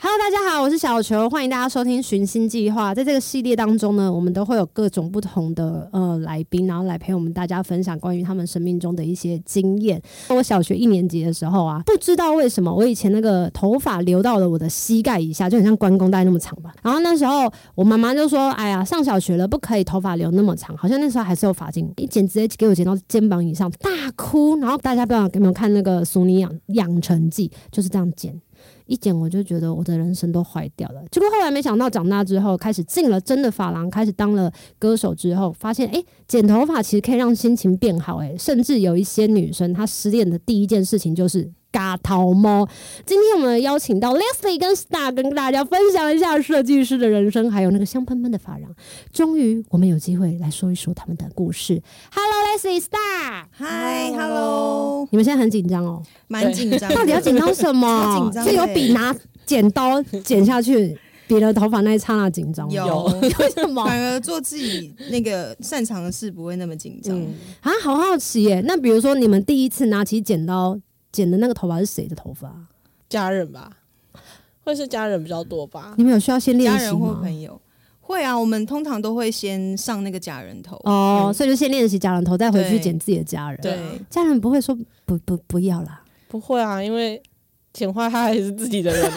Hello，大家好，我是小球，欢迎大家收听《寻星计划》。在这个系列当中呢，我们都会有各种不同的呃来宾，然后来陪我们大家分享关于他们生命中的一些经验。我小学一年级的时候啊，不知道为什么我以前那个头发留到了我的膝盖以下，就很像关公带那么长吧。然后那时候我妈妈就说：“哎呀，上小学了不可以头发留那么长。”好像那时候还是有发巾，一剪直接给我剪到肩膀以上，大哭。然后大家不知道有没有看那个《索尼养养成记》，就是这样剪。一剪我就觉得我的人生都坏掉了。结果后来没想到，长大之后开始进了真的发廊，开始当了歌手之后，发现诶，剪头发其实可以让心情变好、诶，甚至有一些女生她失恋的第一件事情就是。嘎桃猫，今天我们邀请到 Leslie 跟 Star 跟大家分享一下设计师的人生，还有那个香喷喷的发廊。终于，我们有机会来说一说他们的故事。Hello，Leslie Star，嗨，Hello，你们现在很紧张哦。蛮紧张 的，到底要紧张什超么紧？张欸就的有比拿剪刀剪下去别人头发那一刹那紧张吗。有，为什么反而做自己那个擅长的事不会那么紧张。啊？好好奇耶！那比如说你们第一次拿起剪刀剪的那个头发是谁的头发？家人吧，会是家人比较多吧。你们有需要先家练习人或吗？朋友会啊，我们通常都会先上那个假人头。哦，所以就先练习家人头，再回去对剪自己的家人。对，家人不会说不不不要啦。不会啊，因为剪坏他还是自己 的人、啊。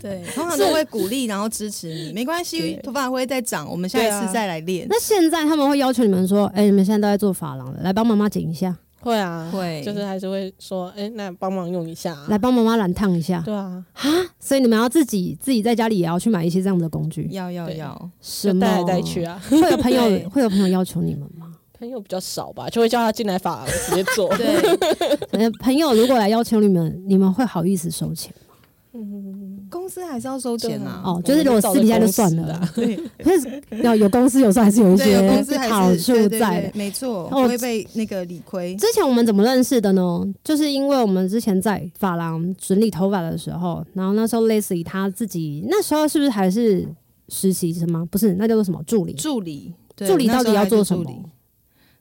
对，通常都会鼓励，然后支持你，没关系对，头发会再长，我们下一对次啊再来练。那现在他们会要求你们说，哎、你们现在都在做发廊了，来帮妈妈剪一下，会啊，会就是还是会说，哎、那帮忙用一下、啊。来帮妈妈染烫一下。对啊，所以你们要自己自己在家里也要去买一些这样的工具，要要对要，什就么带来带去啊。哦 会有朋友对会有朋友要求你们吗？朋友比较少吧，就会叫他进来发廊直接做。 对，啊呃，朋友如果来要求你们，你们会好意思收钱嗯，公司还是要收钱啊。哦？就是如果私底下就算我们了，对，可是要有公司有时候还是有一对，些有公司还是好处对对在对的。没错，哦不会被那个理亏。之前我们怎么认识的呢？就是因为我们之前在发廊整理头发的时候，然后那时候 Leslie 她自己那时候是不是还是实习生吗？不是，那叫做什么 助理？助理，对助理那到时候底要还是做什助么？理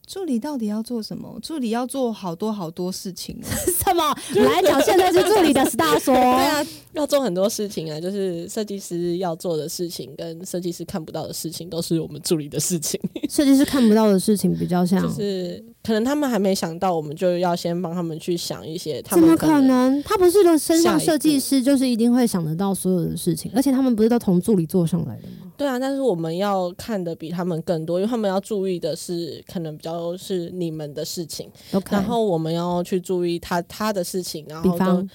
助理到底要做什么？助理要做好多好多事情 哦、什么？来讲现在是助理的哦 star 说，对啊，要做很多事情啊，就是设计师要做的事情跟设计师看不到的事情，都是我们助理的事情。设计师看不到的事情比较像，就是可能他们还没想到，我们就要先帮他们去想一些他怎们么可能？他不是个身上下一步设计师，就是一定会想得到所有的事情，而且他们不是都从助理做上来的吗？对啊，但是我们要看的比他们更多，因为他们要注意的是，可能比较是你们的事情， o k 然后我们要去注意他他的事情，然比后方跟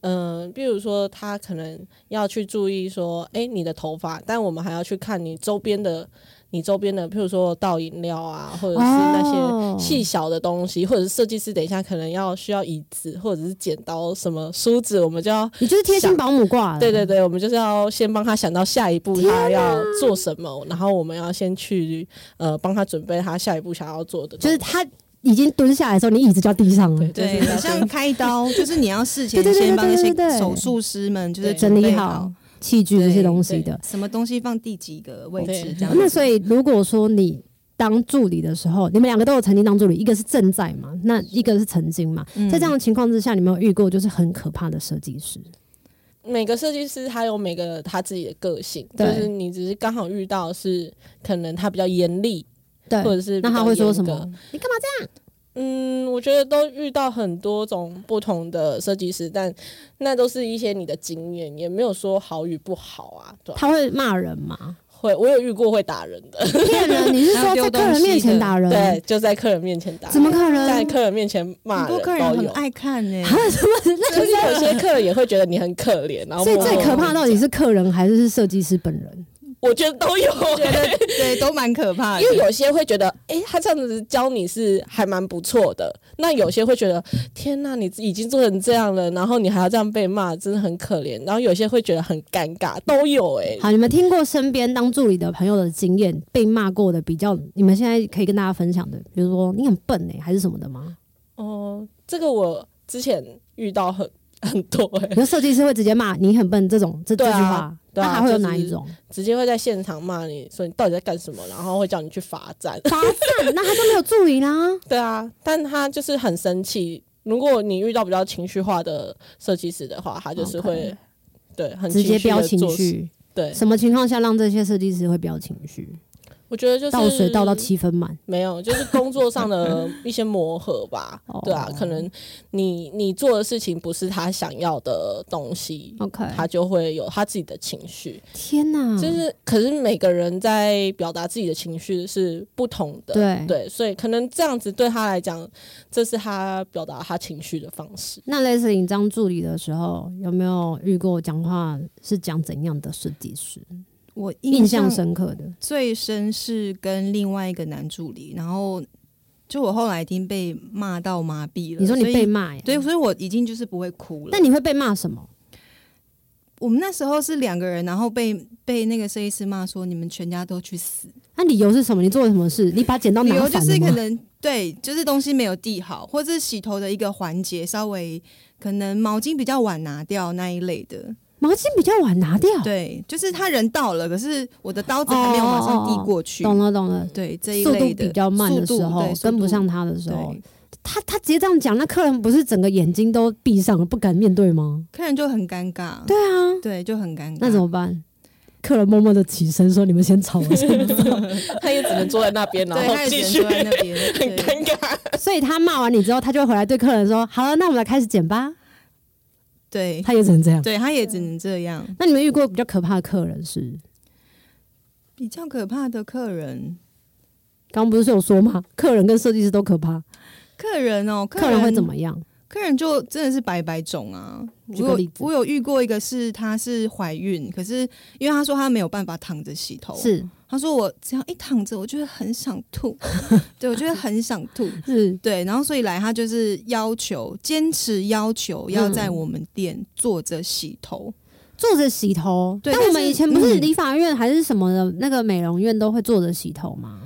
嗯、比如说他可能要去注意说，哎，你的头发，但我们还要去看你周边的，你周边的，譬如说倒饮料啊，或者是那些。哦细小的东西，或者是设计师，等一下可能要需要椅子，或者是剪刀、什么梳子，我们就要你就是贴心想保姆挂了，对对对，我们就是要先帮他想到下一步他要做什么，然后我们要先去呃帮他准备他下一步想要做的就东西，是他已经蹲下来的时候，你椅子就要地上了。对，对就是要很像先 开刀，就是你要事前对对对先帮那些对对对对手术师们就是对整理准备好器具这些东西的。什么东西放第几个位置对这样子。那所以如果说你当助理的时候，你们两个都有曾经当助理，一个是正在嘛，那一个是曾经嘛，嗯在这样的情况之下，你们有遇过就是很可怕的设计师？每个设计师他有每个他自己的个性，就对是你只是刚好遇到是可能他比较严厉，对，或者是比那他较会说严什格么？？你干嘛这样？嗯，我觉得都遇到很多种不同的设计师，但那都是一些你的经验，也没有说好与不好啊。对啊，他会骂人吗？会我有遇过会打人的， 骗人！你是还说有在客丢东人西面前的打人？对，就在客人面前打人，嗯怎么可在能？客人面前很骂多人，客人都很有爱看 呢、 就是有些客人也会觉得你很可怜，然后所以默默最可怕的到底是客人还是是设计师本人？我觉得都有、觉得对都蛮可怕的 因。为有些会觉得，哎、他这样子教你是还蛮不错的。那有些会觉得，天呐，你已经做成这样了，然后你还要这样被骂，真的很可怜。然后有些会觉得很尴尬，都有哎、好，你们听过身边当助理的朋友的经验，被骂过的比较，你们现在可以跟大家分享的，比如欸 说你很笨哎、还是什么的吗？哦、这个我之前遇到很很多哎、比如设计师会直接骂你很笨这种这这对句啊话， 对那啊还会有就是哪一种？直接会在现场骂你说你到底在干什么，然后会叫你去罚站。罚站， 那他就没有助理啦。对啊，但他就是很生气。如果你遇到比较情绪化的设计师的话，他就是会对很哦直接情绪地飙情做事。绪，对，什么情况下让这些设计师会飙情绪？我觉得就是倒水倒到七分满，没有，就是工作上的一些磨合吧 哦。对啊，可能你你做的事情不是他想要的东西。 OK，他就会有他自己的情绪，天哪，就是可是每个人在表达自己的情绪是不同的，对。啊对，所以可能这样子对他来讲，这是他表达他情绪的方式。那类似你当助理的时候，有没有遇过讲话是讲怎样的设计师？我印印象象深刻的，最深是跟另外一个男助理，然后就我后来已经被骂到麻痹了。你说你所以被骂耶，对，所以我已经就是不会哭了。但你会被骂什么？我们那时候是两个人，然后被被那个设计师骂说你们全家都去死，那理由是什么？你做了什么事？你把剪刀理拿由就反是了可吗？能对，就是东西没有递好，或者是洗头的一个环节稍微可能毛巾比较晚拿掉那一类的。毛巾比较晚拿掉，对，就是他人到了，可是我的刀子还没有马上递过去。哦懂了懂了。对这一速度类的比较慢的速度时候对，速跟不度上他的时候对，，他他直接这样讲，那客人不是整个眼睛都闭上了，不敢面对吗？客人就很尴尬。对啊，对，就很尴尬。那怎么办？客人默默的起身说：“你们先吵吧。先吵 他也只能坐在那 边，然对，他后也继只续能坐在那边， 很对尴尬。” 所以他骂完你之后，他就会回来对客人说：“好了，那我们来开始剪吧。对”他也只能这样。对，他也只能这样。那你们遇过比较可怕的客人是？比较可怕的客人，刚刚不是有说吗？ 客人跟设计师都可怕，客人哦，客客人会怎么样？客人就真的是百百种啊。我举个例有子我有遇过一个是她是怀孕，可是因为她说她没有办法躺着洗头，是她说我只要一躺着，我就会很想 吐，对我就会很想吐。是，对，然后所以来她就是要求，坚持要求要在我们店坐着洗头，坐着洗头。对但但我们是以前不是嗯理发院还是什么的那个美容院都会坐着洗头吗？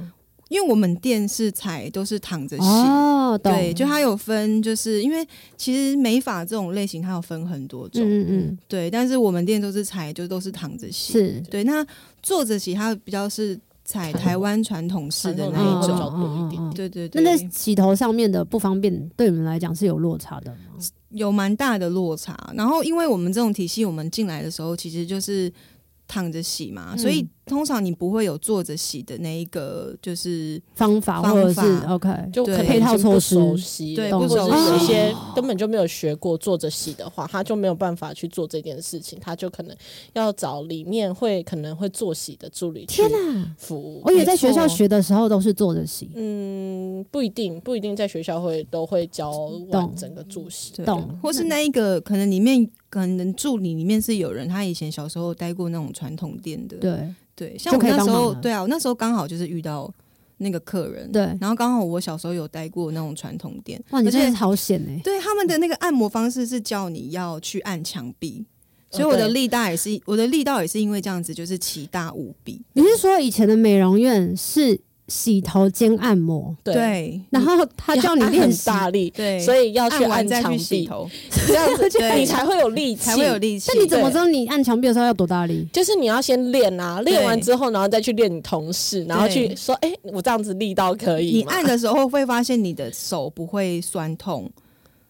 因为我们店是才都是躺着洗。哦，懂。对，就它有分，就是因为其实美发这种类型它有分很多种，嗯嗯嗯，对，但是我们店都是才就都是躺着洗，是对，那坐着洗它比较是采台湾传统式的那传一统种，角度一嗯点嗯嗯嗯对对那对，在洗头上面的不方便，对你们来讲是有落差的吗？有蛮大的落差。然后因为我们这种体系，我们进来的时候其实就是躺着洗嘛，嗯所以通常你不会有坐着洗的那一个，就是方法方或者是法 OK，就可能配套措施已经不熟悉对或不者熟悉是有一些根本就没有学过坐着洗的话，他就没有办法去做这件事情，他就可能要找里面会可能会做洗的助理去天哪！服务。我以为在学校没错，学的时候都是坐着洗，嗯，不一定，不一定在学校会都会教完整个助洗。对懂或是那一个可能里面可能助理里面是有人，他以前小时候待过那种传统店的，对对，像我可以那帮时候忙了对啊，我那时候刚好就是遇到那个客人，对。然后刚好我小时候有待过那种传统店，哇，你而且真的好险哎！对他们的那个按摩方式是叫你要去按墙壁，哦所以我的对力大也是我的力道也是因为这样子，就是奇大无比。你是说以前的美容院是洗头兼按摩，对，然后他要叫你按练很习，大力，对，所以以要去按完再墙去洗壁，头这样 子对你才会有力气，才会有力气。那你怎么对知道你按墙壁的时候要多大力？就是你要先练啊，练完对之后，然后再去练你同事，然后去说，哎、我这样子力道可以你吗按的时候会发现你的手不会酸痛，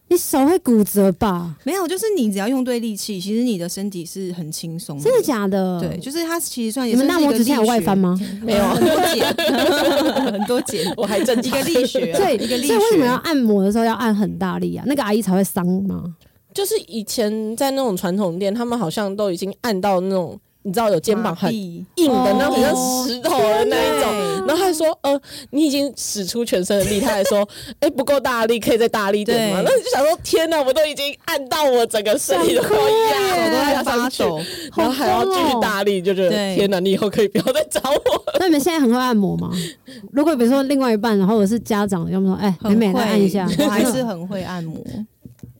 你手会骨折吧？没有，就是你只要用对力气，其实你的身体是很轻松。真的假的？对，，就是它其实算也你是们那我拇指现在有外翻？吗？没有？ 很多茧， 很多茧，我还正一常个力学啊，所以，一所个力以为什么要学。按摩的时候要按很大力啊？那个阿姨才会伤吗？就是以前在那种传统店，他们好像都已经按到那种，你知道有肩膀很硬硬的那种，哦像石头的那一种。哦对然后还说，呃，你已经使出全身的力，他还说，哎、不够大力，可以再大力一点吗？对那你就想说，天哪，我都已经按到我整个身体都快手压都在压发上去，抖，然后还要继续大力，就觉得对天哪，你以后可以不要再找我。那你们现在很会按摩吗？如果比如说另外一半，然后我是家长，要么说，哎、美很美会来按一下，我还是很会按 摩，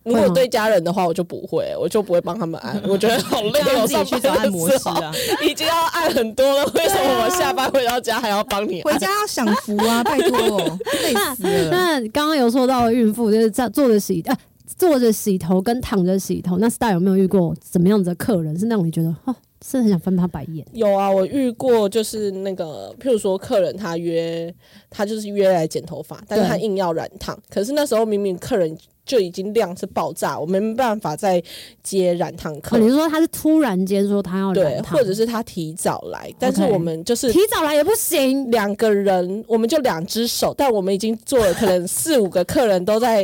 如会果吗对家人的话，我就不会，我就不会帮他们 按，我觉得好累哦。自己去找按摩师上班的时啊。候，已经要按很多了，为什么啊我下班回到家还要帮你 回按？家要享 福啊，拜托哦，累死了。 那刚刚有说到孕妇就是在坐着洗，啊，坐着洗头跟躺着洗头，那 Star 有没有遇过怎么样子的客人？是那种你觉得哦，是很想翻他白眼？有啊，我遇过，就是那个，譬如说客人他约，他就是约来剪头发，但是对他硬要染烫，可是那时候明明客人就已经量是爆炸，我没办法再接染烫客哦，，你是说他是突然间说他要对染，烫或者是他提早来，但是 OK 我们就是提早来也不 行，两个人，我们就两只手，但我们已经做了可能四五个客人都在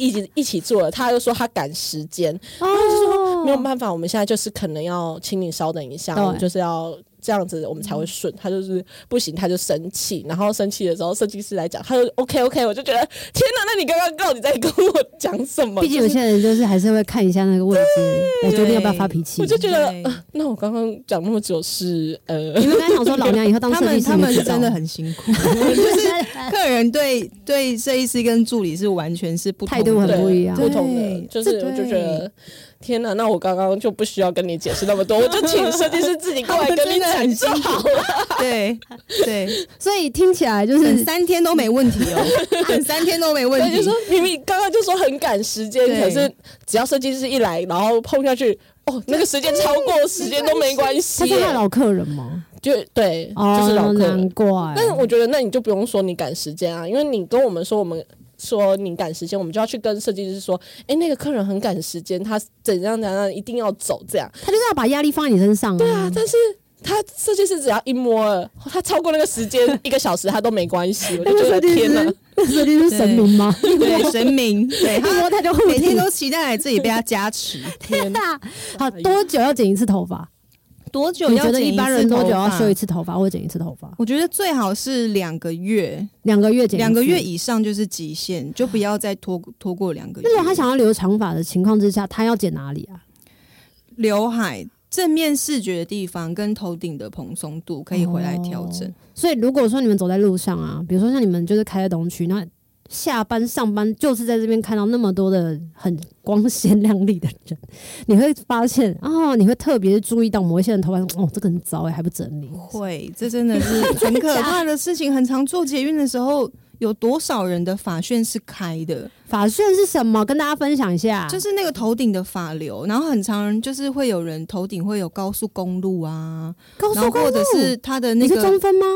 一起一起做了，他又说他赶时间，哦，没有办法，我们现在就是可能要请你稍等一下，对我们就是要这样子，我们才会顺。他就是不行，他就生气，然后生气的时候，设计师来讲，他就 OK OK，我就觉得天哪，那你刚刚到底在跟我讲什么？哦毕竟有就是些人就是还是会看一下那个位置，我决定要不要发脾气我。就觉得，对呃那我刚刚讲那么久是呃，你们刚才想说老娘以后当他设计们师，他们你是知道真的很辛苦， 就是客人对对设计师跟助理是完全是不同态度很对不一样不同的对，就是这我就觉对得天哪，那我刚刚就不需要跟你解释那么 多，我就请设计师自己过来跟你讲就好了。对 对，所以听起来就等是三天都没问题 哦，等三天都没问对，题就。说明明刚刚就说很赶时间，对可是只要设计师一来，然后碰下去，哦，那个时间超过时间都没关系他是耶，他老客人吗？就对，哦，就是老客难人。怪。但是我觉得那你就不用说你赶时间啊，因为你跟我们说我们。说你赶时间，我们就要去跟设计师说，哎、那个客人很赶时间，他怎样怎样，一定要走这样。他就是要把压力放在你身上、啊。对啊，但是他设计师只要一摸了，他超过那个时间一个小时，他都没关系。我那就个觉得设计天哪师，，那设计师是神明吗？对神 明，对一摸他他就护每天体。都期待自己被他加持。天哪！好多久要剪一次头发？多久你要觉得剪一般人次多久头要发修一？次头发或剪一次头发？我觉得最好是两个月，两个月剪一次两个月。以上就是极限，就不要再拖拖过两个月。那如果他想要留长发的情况之下，他要剪哪里啊？刘海正面视觉的地方跟头顶的蓬松度可以回来调整。哦所以如果说你们走在路上啊，比如说像你们就是开在东区，那下班上班就是在这边看到那么多的很光鲜亮丽的人，你会发现哦，你会特别注意到某一些人头发，哦，这个很糟哎、还不整理。会，这真的是很可怕的事情。很常做捷运的时候，有多少人的发旋是开的，发旋是什么？跟大家分享一下，就是那个头顶的发流，然后很常人就是会有人头顶会有高速公路啊，高然速后公路或者是他的那你是个中分吗？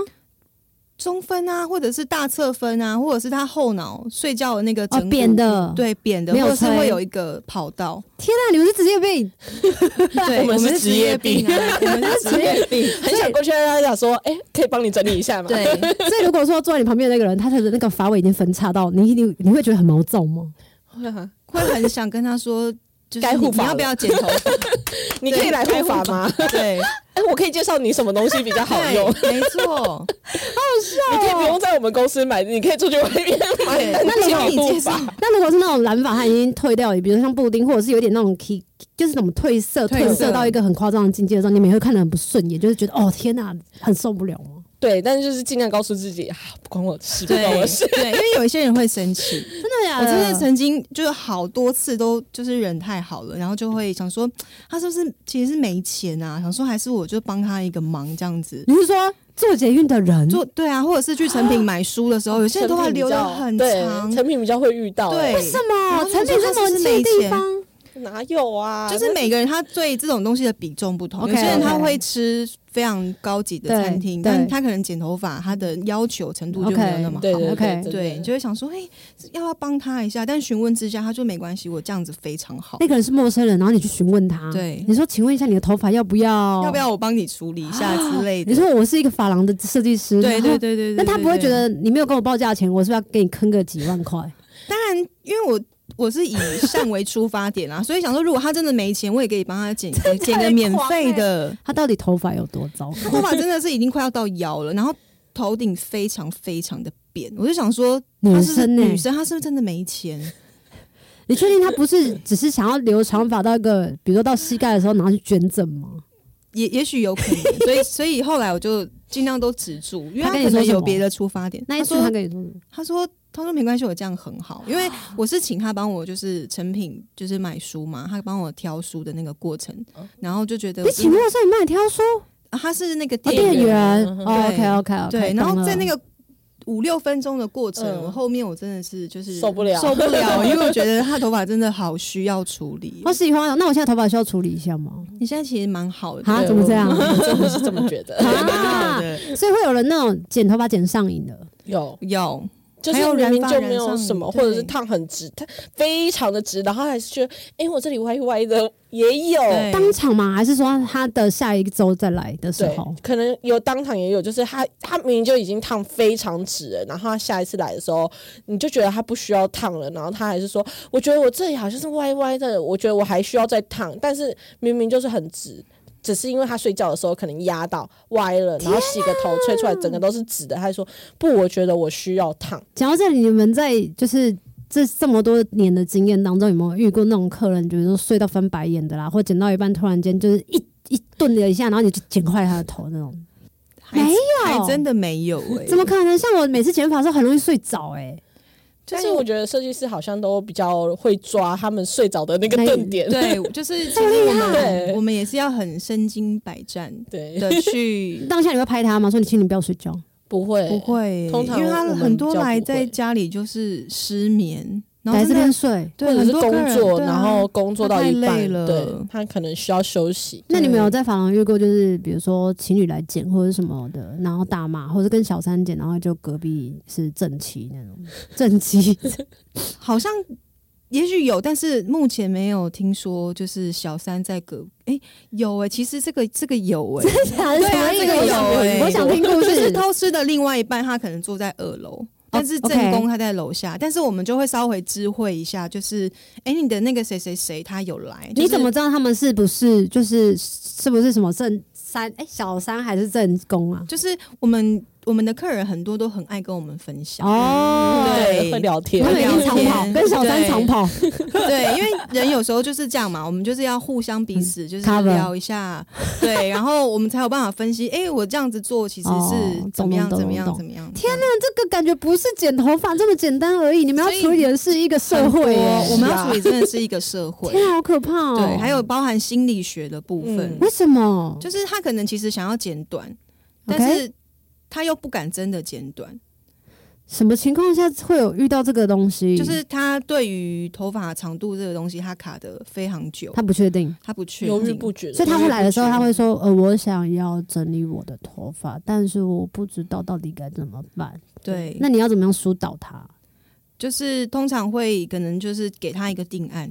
中分啊，或者是大侧分啊，或者是他后脑睡觉的那个啊哦枕，骨扁的。，对扁的，没有或者是吹会有一个跑道。天啊，你们是职业病， 对，啊 我们是是职业病啊，我们是职业病。很想过去跟他讲说，哎、可以帮你整理一下 吗？对，所以如果说坐在你旁边的那个人，他的那个发尾已经分叉到你，你你会觉得很毛躁吗？会很想跟他说，就是该你护你法要了不要剪头发？你可以来护法吗？对，哎、我可以介绍你什么东西比较好对用， 没错。你可以不用在我们公司买，你可以出去外面买。对但那你是请可以护介法绍那如果是那种染发，它已经退掉了，比如像布丁，或者是有点那种 k 就是那种褪色，褪色褪色到一个很夸张的境界的时候，你们也会看得很不顺眼，就是觉得哦天哪，很受不了吗？对，但是就是尽量告诉自己，啊，不关我的事，不对关我的事。对，因为有一些人会生气，真的呀我真的曾经就是好多次都就是人太好了，然后就会想说他是不是其实是没钱啊？想说还是我就帮他一个忙这样子。你是说做捷运的人做对啊，或者是去成品买书的时候，有些人头发留的很对长，成品比较会遇到、对哎为什然么后产品这么他是近没的地钱方？哪有啊？就是每个人他对这种东西的比重不同。 OK，有些人他 OK 会吃非常高级的餐厅，对但对他可能剪头发，他的要求程度就 OK，没有那么好。对对 OK 对对，你就会想说，哎、要不要帮他一下？但询问之下，他说没关系，我这样子非常好。那个人是陌生人，然后你去询问他，对你说请问一下你的头发要不要？要不？要我帮你处理一下之类的？哦你说我是一个发廊的设计师，对然后对对对对，那他对不会觉？对得你没有跟我报价钱，我是不是要给你坑个几万块？当然，因为我我是以善为出发点啦，所以想说，如果他真的没钱，我也可以帮他剪个剪个免费的。他到底头发有多 糟？他头发真的是已经快要到腰了，然后头顶非常非常的扁，我就想说，女他是不是生呢、欸女生，她是不是真的没钱？你确定他不是只是想要留长发到一个，比如说到膝盖的时候，然后去卷整吗？也也许有可 能，所以所以后来我就尽量都止住，因为他他跟你可说能什么有别的出发点。那一他次他说跟你说什么？他说他说没关系，我这样很好，因为啊我是请他帮我就是成品就是买书嘛，他帮我挑书的那个过程，然后就觉得哦你我请陌生人帮你挑书？啊他是那个哦，店店员员。嗯哦，OK OK OK。对，然后在那个个。五六分钟的过程，嗯我后面我真的是就是受不了受不 了，因为我觉得他头发真的好需要处理我。喜欢哦。那我现在头发需要处理一下吗？你现在其实蛮好的，啊，对怎么这样？。我我真的是这么觉得 蛮好啊，的，所以会有人那种剪头发剪上瘾的，有，有就还是有明染明发就染没有上什么，瘾或者是对烫很直，它非常的直，然后还是觉得，哎、我这里歪歪的也有。对当场吗？还是说他的下一周再来的时对候，？可能有当场也有，就是他他明明就已经烫非常直了，然后他下一次来的时候，你就觉得他不需要烫了，然后他还是说，我觉得我这里好像是歪歪的，我觉得我还需要再烫，但是明明就是很直。只是因为他睡觉的时候可能压到歪了，然后洗个头吹出来，整个都是直的。他就说不，我觉得我需要烫。讲到这里，你们在就是这这么多年的经验当中，有没有遇过那种客人，比如说睡到翻白眼的啦，或剪到一半突然间就是一一顿了一下，然后你就剪坏他的头那种？还没还真的没有哎、怎么可能？像我每次剪发的时候很容易睡着、欸，但但是是我我觉得设计师好像都比较会抓他们睡着的那个那顿点。 对，就是其实我对们我们也是要很身经百战对的 去哎，，当下你会拍他吗？说你请你不要睡觉。不会不会、通常因为我他们很多比较不来会在家里就是失眠，然后来这真的边睡。对或者很是多工个人作，对啊然后工作到他太一半，累了对他可能需要休息。那你们有在法廊遇过，就是比如说情侣来剪或者什么的，然后大骂，或者跟小三剪，然后就隔壁是正妻那 种正妻，好像也许有，但是目前没有听说就是小三在隔哎、有哎、其实这个这个有哎、对对啊这个有欸我想听故就是事。偷吃的另外一半，他可能坐在二楼，但是正哦 OK 宫他在楼下。但是我们就会稍微知会一下，就是哎、你的那个谁谁谁他有来，就是你怎么知道他们是不是就是是不是什么正三？哎、小三还是正宫啊？就是我们我们的客人很多都很爱跟我们分享，哦，嗯对会聊天他，们一定聊长天跑，跟小三对长跑。 对，因为人有时候就是这样嘛，我们就是要互相彼此就是嗯 cover 聊一下，对，然后我们才有办法分析，哎、我这样子做其实哦是怎么样懂懂怎么样懂怎么样。天哪，这个感觉不是剪头发这么简单而已，你们所要以处理的是一个社会耶、我们是啊要处理真的是一个社会，天啊，好可怕哦、对，还有包含心理学的部分，嗯为什么？就是他可能其实想要剪短， OK 但是他又不敢真的剪短，什么情况下会有遇到这个东西？就是他对于头发长度这个东西，他卡的非常久，他不确定，他不确定，犹豫不决。所以他会来的时候，我也他不会说：“呃，我想要整理我的头发，但是我不知道到底该怎么办。对，那你要怎么样疏导他？就是通常会可能就是给他一个定案，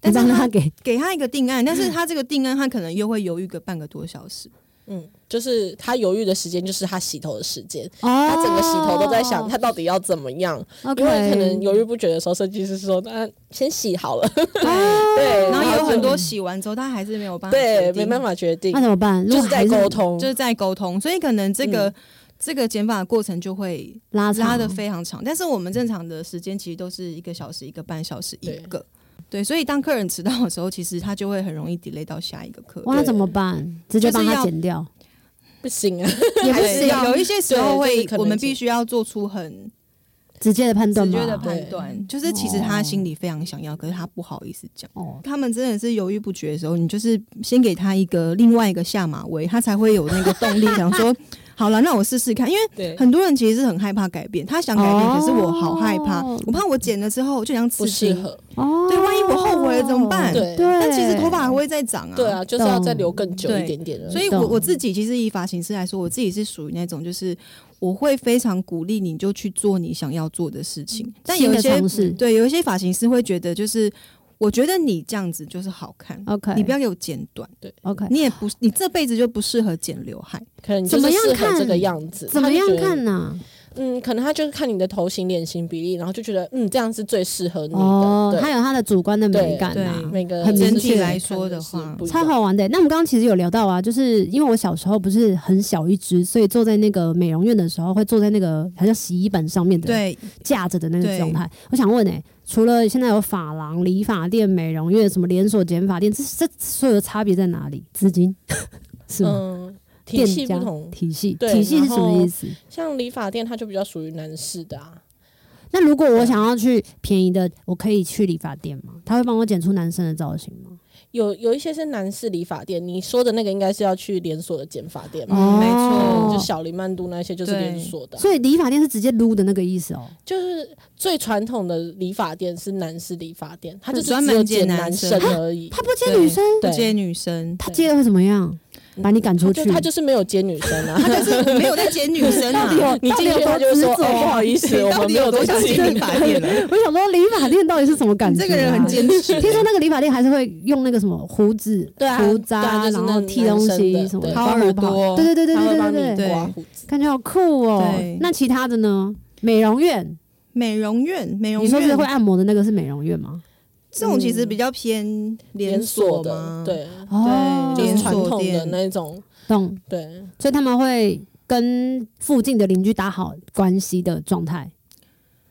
但是让他他给给他一个定案，但 是他这个定案，他可能又会犹豫个半个多小时。嗯，就是他犹豫的时间，就是他洗头的时间，哦，他他整个洗头都在哦想他到底要怎么样，因为可能犹豫不决的时候，设计师说那先洗好了，对，然后也有就很多洗完之后，他还是没有办法， 对没办，法啊决定啊那，怎么办？如就果是在还沟通就。是在沟通，所以可能这嗯个、这个减法的过程就会拉拉的长非常长。但是我们正常的时间其实都是一个小时、一个半小时一个。对，所以当客人迟到的时候，其实他就会很容易 delay 到下一个客人。哇，那怎么办？直接帮就是他要剪 掉不行啊，也不对行，有一些时候对就会是可，能我们必须要做出很直接的判断直吗觉？的判断，就是其实他心里非常想要，可是他不好意思讲。哦，他们真的是犹豫不决的时候，你就是先给他一个另外一个下马威，他才会有那个动力，想说好了，那我试试看。因为对，很多人其实是很害怕改变，他想改变，哦可是我好害怕，我怕我剪了之后就想刺不适青。合，哦，对万一我后悔了怎么办对对，但其实头发还会再长啊。对啊，就是要再懂留更久一对点点而已。所以我懂我自己其实以发型师来说，我自己是属于那种就是我会非常鼓励你就去做你想要做的事情，但新有一的些尝试对有一些发型师会觉得就是我觉得你这样子就是好看。 ，OK，你不要给我剪短， OK，你也不，你这辈子就不适合剪刘海。可能就怎是么样适合看这个样子，怎么样他就觉得看呢？嗯，可能他就是看你的头型、脸型比例，然后就觉得嗯，这样是最适合你的。哦，对他有他的主观的美感啊对。每个很就是明确看来说的是话不一超样好玩的、那我们刚刚其实有聊到啊，就是因为我小时候不是很小一只，所以坐在那个美容院的时候，会坐在那个好像洗衣板上面的对，架着的那个对状态。我想问哎、除了现在有发廊、理发店、美容院什么连锁剪发店，这这所有的差别在哪里？资金 是吗？嗯，体店系家不同，体系，对体系是什然么后意思？像理发店它就比较属于男士的啊。那如果我想要去便宜的，我可以去理发店吗？他会帮我剪出男生的造型吗？有有一些是男士理发店，你说的那个应该是要去连锁的剪发店嘛，嗯没哦错就小林曼都那些就是对连锁的啊、啊所以理发店是直接撸的那个意思哦。就是最传统的理发店是男士理发店，它就就是专只门有剪剪男男生生而已，他不接女生，不对接女生，他接了会怎么样？把你赶出去就？啊他就是没有接女生啊。他就是没有在接女生到底 啊。有你进去 他就会说：“哦，不好意思，我你到们底没有在多想接进理发店了？我想说理发店到底是什么 感你觉、啊？这个人很坚持。 听说那个理发店还是会用那个什么胡子、对啊胡渣，对啊就是然那后种剃东男生西的什么对帮掏我耳跑朵对对对他会对帮对你对，刮胡子。感觉好酷哦对。那其他的呢？美容院，美容院，美容你说是会院按摩的那个是美容院吗？这种其实比较偏连锁锁的嘛，，对，哦，就是连传锁统的店那种，懂，对，所以他们会跟附近的邻居打好关系的状 态。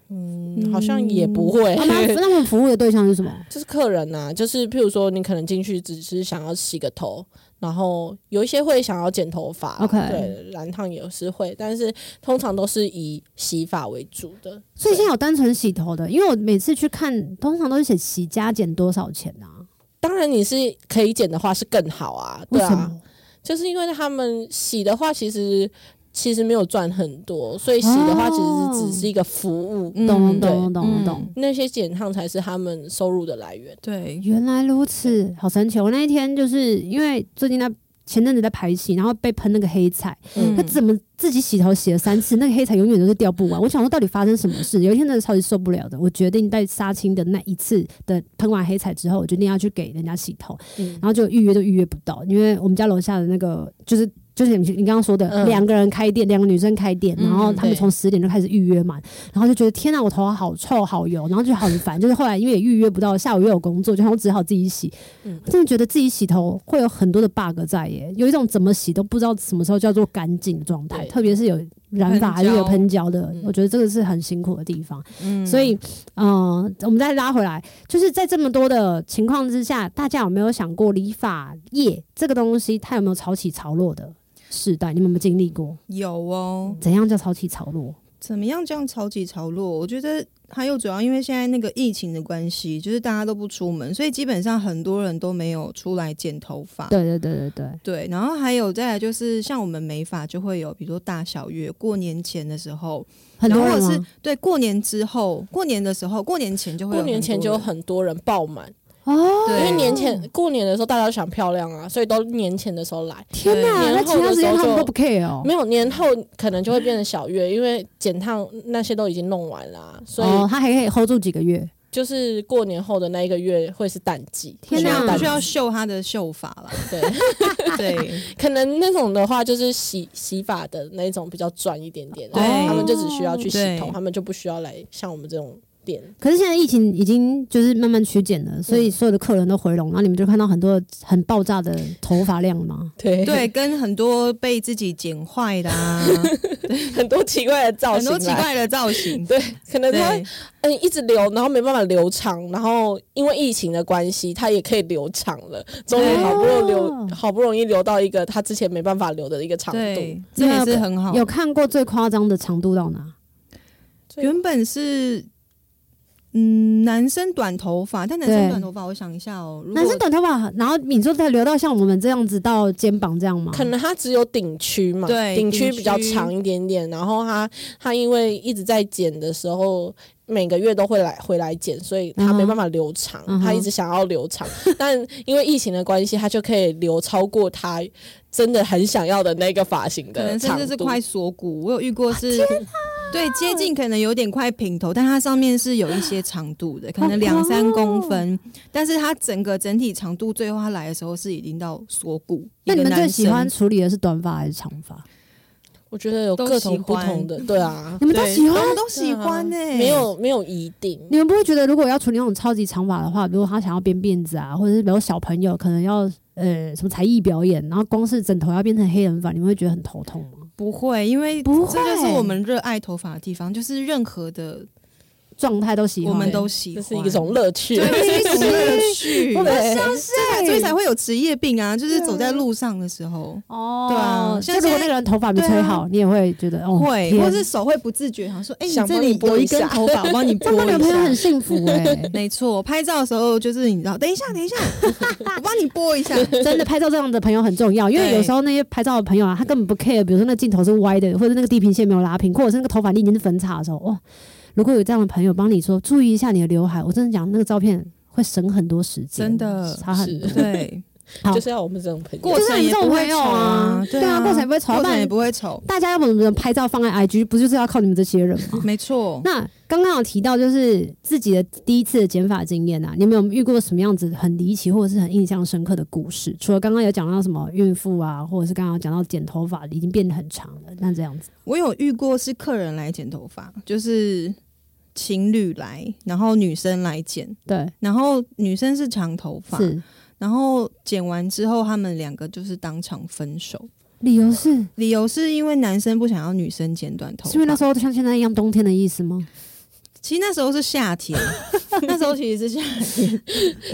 嗯好像也不会。他们他们服务的对象是什么？ 就是客人呐、就是譬如说，你可能进去只是想要洗个头，然后有一些会想要剪头发 OK 对，染烫也是会，但是通常都是以洗发为主的。所以对现在有单纯洗头的，因为我每次去看，通常都是写洗加减多少钱啊？当然你是可以剪的话是更好啊，为对什啊么，？就是因为他们洗的话其实其实没有赚很多，所以洗的话其实只是一个服务，嗯懂懂对懂懂嗯懂。那些剪烫才是他们收入的来源。对，原来如此，好神奇！我那一天就是因为最近在前阵子在排戏，然后被喷那个黑菜，嗯他怎么自己洗头洗了三次，那个黑菜永远都是掉不完。我想说到底发生什么事？有一天真的超级受不了的，我决定在杀青的那一次的喷完黑菜之后，我决定要去给人家洗头，嗯然后就预约都预约不到，因为我们家楼下的那个就是。就是你你刚刚说的，嗯两、个人开店，两个女生开店，嗯然后他们对从十点就开始预约嘛，然后就觉得天呐，我头好臭好油，然后就很烦。就是后来因为也预约不到，下午又有工作，就我只好自己洗。嗯真的觉得自己洗头会有很多的 bug 在耶，有一种怎么洗都不知道什么时候叫做干净的状态，对特别是有染发喷还是有胶喷胶的，嗯我觉得这个是很辛苦的地方。嗯所以，嗯、我们再拉回来，就是在这么多的情况之下，大家有没有想过理发业这个东西，它有没有潮起潮落的时代？你们有没有经历过？有哦，怎样叫潮起潮落？怎么样这样潮起潮落？我觉得还有主要因为现在那个疫情的关系，就是大家都不出门，所以基本上很多人都没有出来剪头发。对对对对对，对，然后还有再来就是像我们美发就会有，比如说大小月，过年前的时候，很多然人后或者吗是？对过年之后，过年的时候，过年前就会有过年前就很很多人爆满，哦，多人因对，为年前过年的时候大家都想漂亮啊，所以都年前的时候来。天哪！对那年其他后的时时间候他们就都不 care 哦。没有年后可能就会变成小月，因为剪烫那些都已经弄完啦、啊所哦以，他还可以 hold 住几个月。就是过年后的那一个月会是淡季。天哪会不淡需季要秀他的秀发了，对，对，可能那种的话就是洗洗发的那种比较赚一点点，对他们就只需要去洗头，对他们就不需要来像我们这种店。可是现在疫情已经就是慢慢趋减了，所以所有的客人都回笼，然后你们就看到很多很爆炸的头发量吗？对对，，跟很多被自己剪坏的啊， 很多奇怪的造很型多啦，奇怪的造型，对，可能他对，嗯，一直留，然后没办法留长，然后因为疫情的关系，他也可以留长了，终于好不容易哦留，好不容易留到一个他之前没办法留的一个长度。对，这也是很好。有看过最夸张的长度到哪？最原本是嗯，男生短头发，但男对生短头发，我想一下哦，如果男生短头发，然后你说再留到像我们这样子到肩膀这样吗？可能他只有顶区嘛，对顶区顶比较区长一点点，然后他他因为一直在剪的时候。每个月都会来回来剪，所以他没办法留长，嗯哼他一直想要留长， 但因为疫情的关系，他就可以留超过他真的很想要的那个发型可的能长甚至度。是快锁骨，我有遇过是。对，接近可能有点快平头，但它上面是有一些长度的，可能两三公分，但是它整个整体长度，最后它来的时候是已经到锁骨。那你一们个最男喜欢生哦处理的是短发还是长发？我觉得有都各喜种不欢同的，对 啊，你们都对喜欢啊我？们都喜欢呢、没有没有一定，你们不会觉得，如果要处理那种超级长发的话，如果他想要编辫子啊，或者是比如小朋友可能要呃什么才艺表演，然后光是枕头要变成黑人发，你们会觉得很头痛吗？不会，因为不会这就是我们热爱头发的地方，就是任何的状态都喜欢，我们都喜这欢，是一种乐趣对，。这是一种乐 趣，对对所以才会有职业病啊，就是走在路上的时候。哦，对啊就像如果现那在个人头发没对吹啊好，你也会觉得哦，会，天或是手会不自觉，好像说，哎、想这帮里你拨有一一根下头发，我帮你拨这样的一女朋友很下。幸 福哎、没错，拍照的时候就是你知道，等一下，等一下，我帮你拨一下。真的拍照这样的朋友很重要，因为对有时候那些拍照的朋友啊，他根本不 care，比如说那镜头是歪的，或者那个地平线没有拉平，或者是那个头发你已经是分叉的时候，哇、如果有这样的朋友帮你说注意一下你的刘海，我真的讲那个照片会省很多时间，真的差很 是 多。对，好就是要我们这种朋友过。就是程你也这种不会朋友丑啊，对啊，过程也不会丑，过不程也然不会丑，大家要不能拍照放在 IG，不就是要靠你们这些人吗？没错。那刚刚有提到就是自己的第一次的减法经验啊，你们有遇过什么样子很离奇或者是很印象深刻的故事？除了刚刚有讲到什么孕妇啊，或者是刚刚有讲到剪头发已经变得很长了，那这样子我有遇过是客人来剪头发，就是情侣来，然后女生来剪，对然后女生是长头发，是然后剪完之后他们两个就是当场分手，理由是是理由是因为男生不想要女生剪短头发，因为那时候像现在一样冬天的意思吗？其实那时候是夏 天，那时候其实是夏天，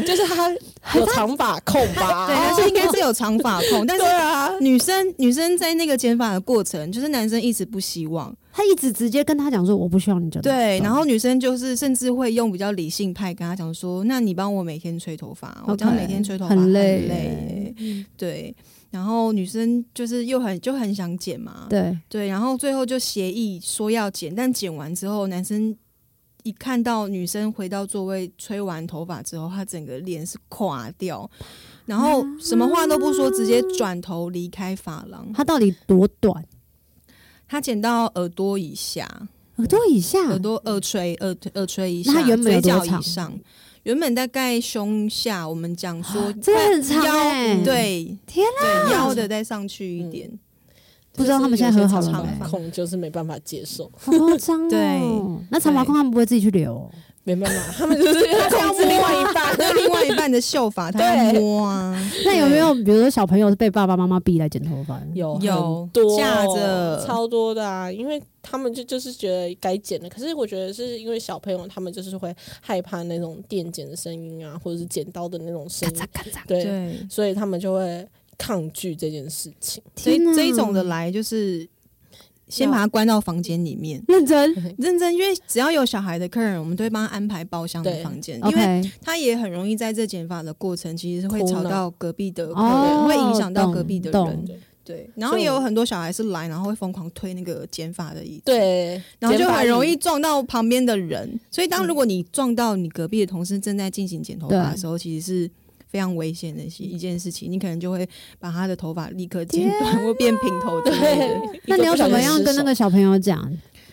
就是他有长发控哦吧？对，但是应该是有长发 控，但是对啊，女生女生在那个剪发的过程，就是男生一直不希望，他一直直接跟他讲说我不需要你剪头发，对，然后女生就是甚至会用比较理性派跟他讲说，那你帮我每天吹头发，我这样 OK，每天吹头发很累嗯累耶，对。然后女生就是又很就很想剪嘛，对对，然后最后就协议说要剪，但剪完之后，男生一看到女生回到座位吹完头发之后，他整个脸是垮掉，然后什么话都不说，直接转头离开发廊。他到底多短？他剪到耳朵以下，耳朵呃以下，耳朵耳垂耳耳垂以那他下，原本有嘴多角长以上，原本大概胸下，我们讲说真的啊很长腰哎、，对天啊对腰的再上去一点，不知道他们现在和好了没就是有些长？发控就是没办法接受，好夸张 哦！对，那长毛控他们不会自己去留哦、没办 法，他们就是要嗯控制另外一半。那 另外一半的秀发， 他要对摸啊，那有没有比如说小朋友是被爸爸妈妈逼来剪头发？有有很多架着超多的啊，因为他们就就是觉得该剪的，可是我觉得是因为小朋友他们就是会害怕那种电剪的声音啊，或者是剪刀的那种声音，咔嚓！对，对，所以他们就会抗拒这件事情。所以天哪这一种的来就是先把他关到房间里面，认真认真，因为只要有小孩的客人，我们都会帮他安排包厢的对房间，因为，OK，他也很容易在这剪发的过程，其实是会哭吵闹到隔壁的客哦人，会影响到隔壁的懂人。对对，然后也有很多小孩是来，然后会疯狂推那个剪发的椅子，，对，然后就剪发很容仪易撞到旁边的人。所以，当如果你撞到你隔壁的同事正在进行剪头发的时候，其实是非常危险的一一件事情。你可能就会把他的头发立刻剪短或变平头之类的。对，那你要怎么样跟那个小朋友讲？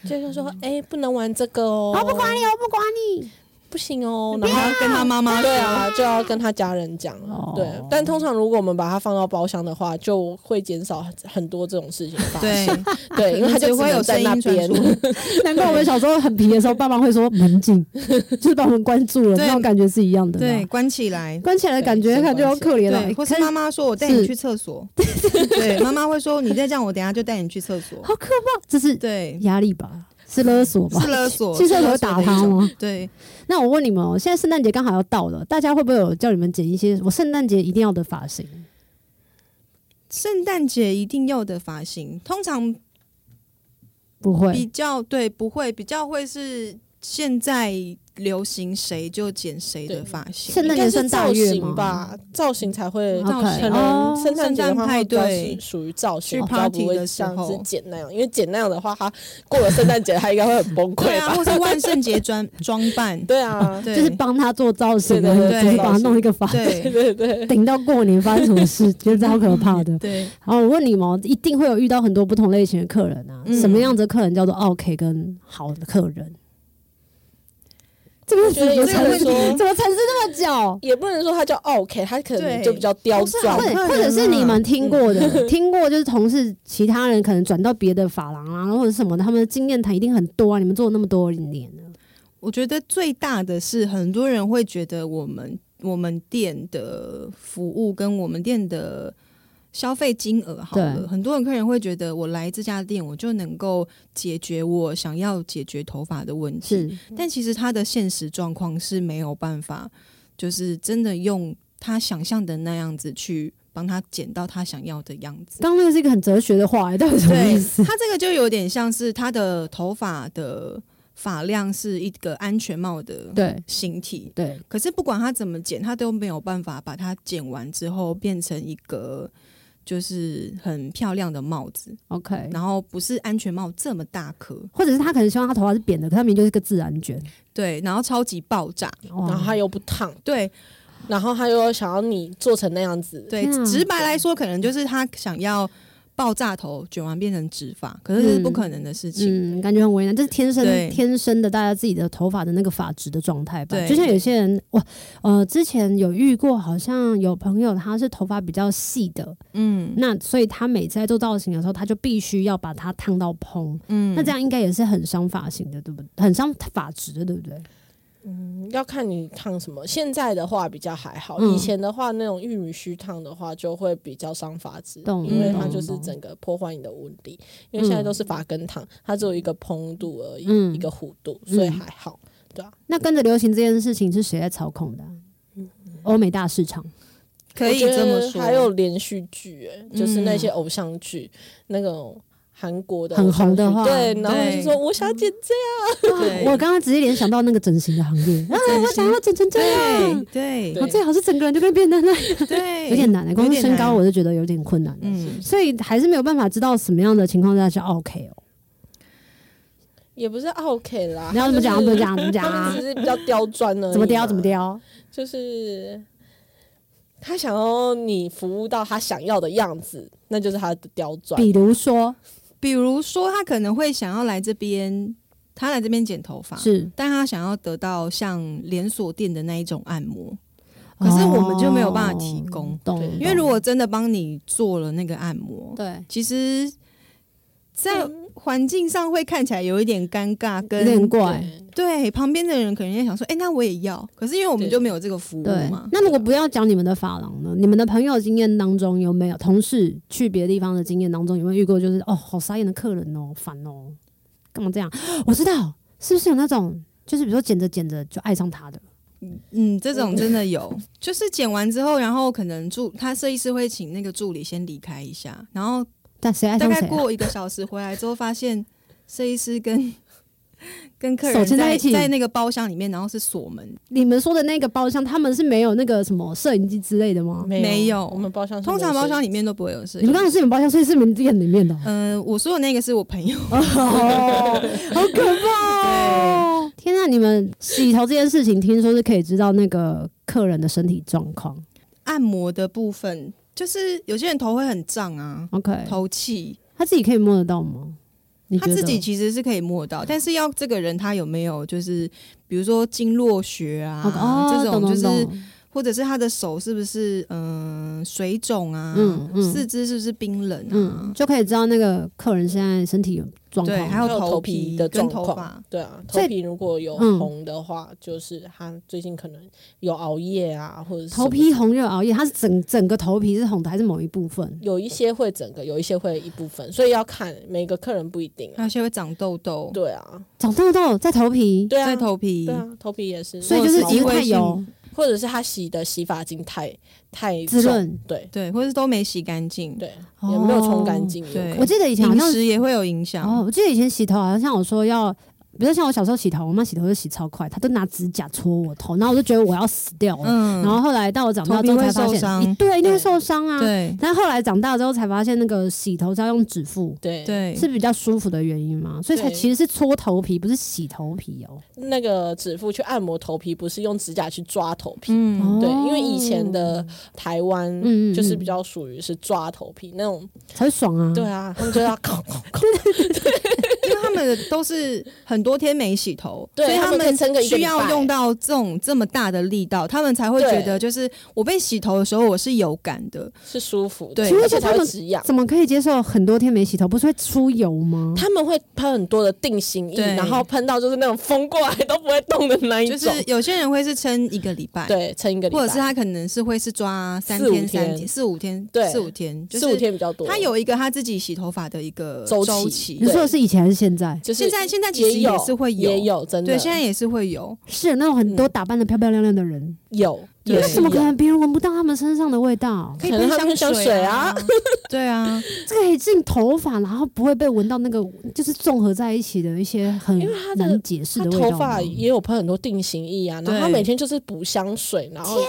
就像说，哎、不能玩这个哦，我不管你，我不管你。不行哦，然然后后要跟他妈妈对啊，就要跟他家人讲啊哦。对，但通常如果我们把它放到包厢的话，就会减少很多这种事情发对生。对，因为他只就只会有能在声那音传边出。 难怪我们小时候很皮的时候，爸妈会说门 禁，就是把我们关住了，对那种感觉是一样的。对，，关起来。关起来的感觉对感觉好可怜对，哦，或是看妈妈说：“我带是你去厕所。”对，妈妈会说：“你再这样，我等一下就带你去厕所。好可怕，这”是对，压力吧？是勒索吧是？勒索，去厕所是勒会索打的一他种？吗？对，那我问你们哦，现在圣诞节刚好要到了，大家会不会有叫你们剪一些我圣诞节一定要的发型？圣诞节一定要的发型，通常不比会，较对不会，比较会是现在流行谁就剪谁的发型。圣诞应节该算是大造月型吗吧，造型才会 OK 可哦能圣诞节的圣诞话派会比较对是属于造型，去比较 party 不会的时像候是剪那样，因为剪那样的话，他过了圣诞节，他应该 会很崩对溃啊，吧？或是万圣节装装扮，对啊，对，就是啊帮他做造型对而对已，对只是把他弄一个发型，对对对对，顶到过年发生什么事，觉得超可怕 的。对然后我问你们哦，一定会有遇到很多不同类型的客人啊，嗯什么样子的客人叫做 OK 跟好的客人？这个觉得怎有么些产人生说。怎么产生那么久？也不能说他叫 OK，他可能对就比较刁不是钻好或看者或的者是嘛你们听过的，嗯 听过就是同事其他人可能转到别的发廊啊，或者什么的，他们的经验谈一定很多啊。你们做了那么多年了，我觉得最大的是，很多人会觉得我们我们店的服务跟我们店的消费金额好对了，很多人客人会觉得我来这家店，我就能够解决我想要解决头发的问题，是但其实他的现实状况是没有办法，就是真的用他想象的那样子去帮他剪到他想要的样子。刚刚那个是一个很哲学的话，到底 什么对意思？他这个就有点像是他的头发的发量是一个安全帽的对形体，对，可是不管他怎么剪，他都没有办法把它剪完之后变成一个就是很漂亮的帽子， OK，然后不是安全帽这么大颗，或者是他可能希望他头发是扁的，可他明明就是个自然卷，对，然后超级爆炸，然然后他又不烫，对然后他又想要你做成那样子，对，嗯直白来说，可能就是他想要爆炸头卷完变成直发，可是这是不可能的事情，嗯，感觉很为难，这是天生对天生的大家自己的头发的那个发质的状态吧。对就像有些人，哇，呃，之前有遇过，好像有朋友他是头发比较细的，嗯那所以他每次在做造型的时候，他就必须要把它烫到蓬，嗯那这样应该也是很伤发型的，对不对？很伤发质的，对不对？嗯要看你烫什么。现在的话比较还好，嗯以前的话那种玉米须烫的话就会比较伤发质，懂因为懂它就是懂整个破坏你的纹理。因为现在都是发根烫，它只有一个蓬度而已，嗯一个弧度，所以还好。那跟着流行这件事情是谁在操控的啊、欧美大市场，可以这么我觉说，得还有连续剧、哎，就是嗯那些偶像剧，那种韩国的很红的偶话嗯像剧对，然后就说我想剪这对我刚刚直接联想到那个整形的行业，啊，我想要整成这样对，嗯对我最好是整个人就跟变成那样 对，有点难的，光是身高有点难我就觉得有点困难了，嗯，所以还是没有办法知道什么样的情况下是 OK 哦。也不是 OK 啦，你要怎么讲？他怎么就是讲？怎么讲他啊们只？是比较刁钻而已嘛怎么雕？怎么？雕？就是他想要你服务到他想要的样子，那就是他的刁钻。比如说比如说他可能会想要来这边，他来这边剪头发，是，但他想要得到像连锁店的那一种按摩，可是我们就没有办法提供哦懂对？懂因为如果真的帮你做了那个按摩，对嗯其实，在环境上会看起来有一点尴尬，有点跟怪，对旁边的人可能也想说，哎、那我也要，可是因为我们对就没有这个服务对嘛。。那如果不要讲你们的发廊呢？你们的朋友经验当中有没有同事去别的地方的经验当中有没有遇过？就是哦，好傻眼的客人哦，烦哦，干嘛这样？我知道，是不是有那种就是比如说剪着剪着就爱上他的？嗯，这种真的有，就是剪完之后，然后可能助他设计师会请那个助理先离开一下，然后但谁爱大上概谁啊、过一个小时回来之后，发现设计师跟跟客手人牵在一起在那个包厢里面，然后是锁门，你们说的那个包厢，他们是没有那个什么摄影机之类的吗？没有我们包厢是通常没有包厢摄里面都不会有摄你影们。刚才是你们包厢，所以是你们店里 面的哦、嗯、我说的那个是我朋友，哦，好可怕哦！天啊，你们洗头这件事情，听说是可以知道那个客人的身体状况。按摩的部分，就是有些人头会很胀啊， OK，头气，他自己可以摸得到吗？你他觉得自己其实是可以摸到，但是要这个人他有没有就是，比如说经络学啊、 OK，哦，这种，懂就是懂懂或者是他的手是不是嗯、呃水肿啊，嗯嗯四肢是不是冰冷啊，嗯，就可以知道那个客人现在身体有状对，况。还影有还有头皮的跟状头况发，。对啊，所以头皮如果有嗯红的话，就是他最近可能有熬夜啊，或者是什么头皮红热熬夜，他是整整个头皮是红的，还是某一部分？有一些会整个，有一些会一部分，所以要看每个客人不一定还啊。有些会长痘痘，对啊，长痘痘在头皮，对啊，在头皮对，啊，头皮也是，所以就是或者因是为太或油者或者是他洗的洗发精太太滋重，润，对对，或者是都没洗干净，对，也没有冲干净，对啊有可我能记得以前好饮像食也会有影响。哦，我记得以前洗头好像像我说要，比如像我小时候洗头，我妈洗头就洗超快，她都拿指甲戳我头，然后我就觉得我要死掉了。嗯然后后来到我长大之后头皮才会发受伤现，对，一定会受伤啊。对但后来长大之后才发现，那个洗头是要用指腹，对对是比较舒服的原因嘛，所以才对其实是搓头皮，不是洗头皮哦。那个指腹去按摩头皮，不是用指甲去抓头皮。嗯，对，哦因为以前的台湾嗯嗯就是嗯比较属于是抓头皮那种，才会爽啊。对啊，他们就要靠靠靠，因为他们的都是很多天没洗头，对所以他们可以撑个一个需礼要拜用到这种这么大的力道，他们才会对觉得就是我被洗头的时候我是有感的， 是舒服的，对而而且且他才们会止痒。怎么可以接受很多天没洗头？不是会出油吗？他们会喷很多的定型液，对然后喷到就是那种风过来都不会动的那一就种，是有些人会是撑一个礼拜，对，撑一个礼拜，或者是他可能是会是抓三四五天、三天天、四五天、对四五天，就四五是天比较多。他有一个他自己洗头发的一个周期周你对说的是以前还是现在？就是现在现在其也实有也是会也有真的对，现在也是会有，是那种很多打扮的漂漂亮亮的人，有，对也那是怎么可有能别人闻不到他们身上的味道？可以可能喷他们香香水啊啊，对 啊，这个可以进头发，然后不会被闻到那个，就是综合在一起的一些很因为他的难解释他的味道吗。头发也有喷很多定型液啊，然后对他每天就是补香水，然后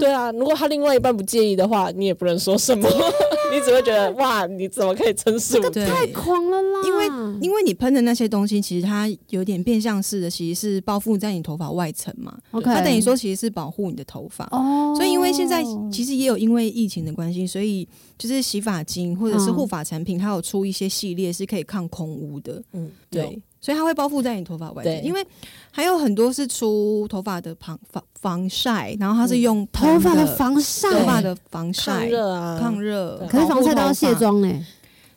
对啊，如果他另外一半不介意的话，你也不能说什么， 你只会觉得哇，你怎么可以撑十五？对，太狂了啦！因为因为你喷的那些东西，其实它有点变相式的，其实是包覆在你头发外层嘛。 OK，它等于说其实是保护你的头发。哦，所以因为现在其实也有因为疫情的关系，所以就是洗发精或者是嗯护发产品，它有出一些系列是可以抗空污的。嗯，对，所以它会包覆在你头发外对层。因为还有很多是出头发的防防防晒，然后它是嗯用喷头发的防晒，头发的防抗晒。热啊，抗热，可是防晒都要卸妆。妆哎，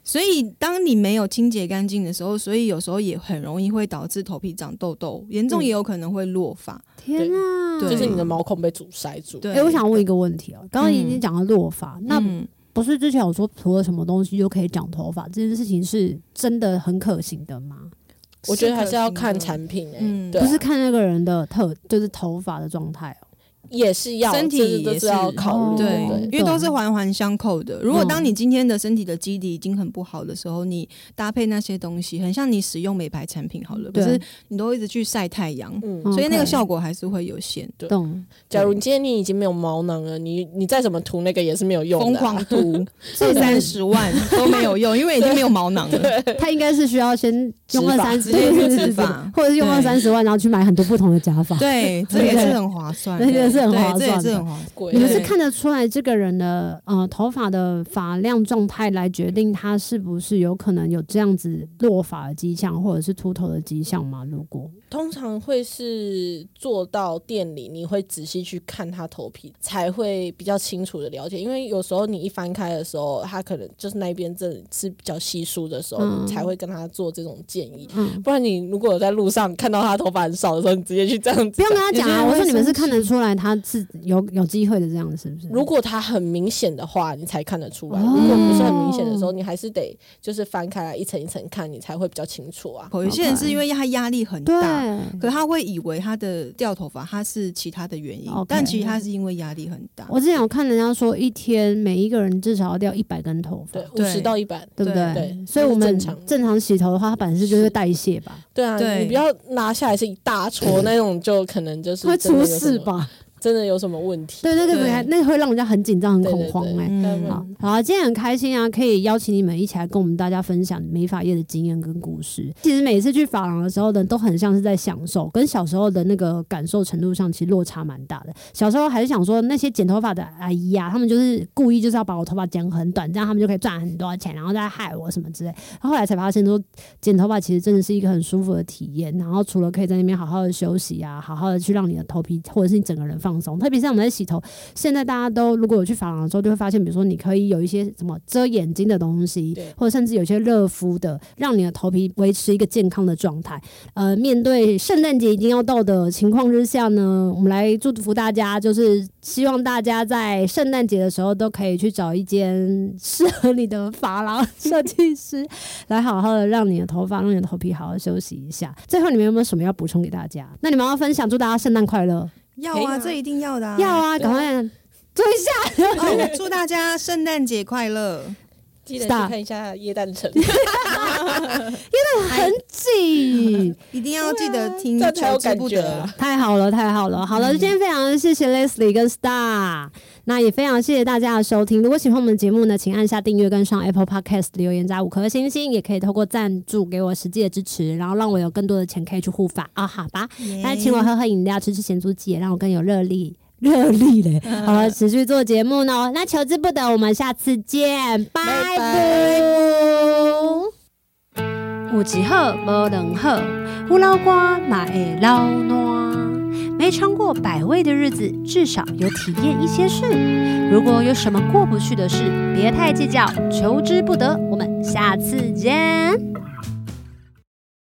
所以，当你没有清洁干净的时候，所以有时候也很容易会导致头皮长痘痘，严重嗯也有可能会落发。天啊！对就是你的毛孔被阻塞住。对，哎，我想问一个问题哦，刚刚已经嗯讲了落发，那嗯不是之前有说涂了什么东西就可以长头发，这件事情是真的很可行的吗？我觉得还是要看适可产品、欸，嗯对啊、不是看那个人的特，就是头发的状态哦。也是要身体这是都也是是嗯要考哦虑的，对对，因为都是环环相扣的。如果当你今天的身体的基底已经很不好的时候，你搭配那些东西，很像你使用美白产品好了，可对是你都一直去晒太阳，嗯。嗯所以那个 OK 效果还是会有限。对懂，假如你今天你已经没有毛囊了，你你再怎么涂那个也是没有用疯的啊、狂涂这这三十 万都没有用，因为已经没有毛囊了。他应该是需要先用植二发三十，直接去对对对植对发或者是用对二三十万，然后去买很多不同的假发。对，这也是很划 算的，这也是很划对这也算的是很划算。贵你们是对看得出来这个人的呃头发的发量状态来决定他是不是有可能有这样子落发的迹象，或者是秃头的迹象吗？如果通常会是做到店里，你会仔细去看他头皮，才会比较清楚的了解。因为有时候你一翻开的时候，他可能就是那一边真的是比较稀疏的时候，嗯你才会跟他做这种建议。嗯，不然你如果有在路上看到他头发很少的时候，你直接去这样不子用。跟他讲啊，有些人会我说你们是生气看得出来他是有有机会的，这样是不是？如果他很明显的话，你才看得出来；哦如果不是很明显的时候，你还是得就是翻开来一层一层看，你才会比较清楚啊。有些人是因为他压力很对大，可他会以为他的掉头发他是其他的原因 OK 但其实他是因为压力很大。我之前有看人家说，一天每一个人至少要掉一百根头发对，，五十到一百，对不对？对所以我这们是正常正常洗头的话，它本身就是是代谢吧，对啊，对你不要拿下来是一 大撮那种，就可能就是会真的出有什事么？吧？真的有什么问题？对，那个对那个会让人家很紧张、很对恐慌哎、嗯对对好，好，今天很开心啊，可以邀请你们一起来跟我们大家分享美发业的经验跟故事。其实每次去发廊的时候呢，都很像是在享受，跟小时候的那个感受程度上，其实落差蛮大的。小时候还是想说，那些剪头发的阿姨啊，他们就是故意就是要把我头发剪很短，这样他们就可以赚很多钱，然后再害我什么之类。然后后来才发现说，剪头发其实真的是一个很舒服的体验。然后除了可以在那边好好的休息啊，好好的去让你的头皮或者是你整个人放松，特别是我们在洗头，现在大家都如果有去发廊的时候，就会发现，比如说你可以有一些什么遮眼睛的东西对，或者甚至有些热敷的，让你的头皮维持一个健康的状态。呃，面对圣诞节已经要到的情况之下呢，我们来祝福大家，就是希望大家在圣诞节的时候都可以去找一间适合你的发廊设计师，来好好的让你的头发、让你的头皮好好休息一下。最后，你们有没有什么要补充给大家？那你们要分享，祝大家圣诞快乐！要啊，这一定要的、啊。要啊，赶快做一下。哦！祝大家圣诞节快乐！记得去 Stop 看一下椰蛋城，很紧。一定要记得啊听这样才有求之感不觉得。啊。太好了，太好了，好了，今天非常谢谢 Leslie 跟 Star，那也非常谢谢大家的收听。如果喜欢我们的节目呢，请按下订阅跟上 Apple Podcast 留言加五颗星星，也可以透过赞助给我实际的支持，然后让我有更多的钱可以去护发啊，好吧？那请我喝喝饮料，吃吃咸猪鸡，也让我更有热力。热力嘞！好了，持续做节目呢。哦那求之不得，我们下次见，拜拜。有一好无两好，胡老瓜嘛会老暖。没尝过百味的日子，至少有体验一些事。如果有什么过不去的事，别太计较，求之不得。我们下次见。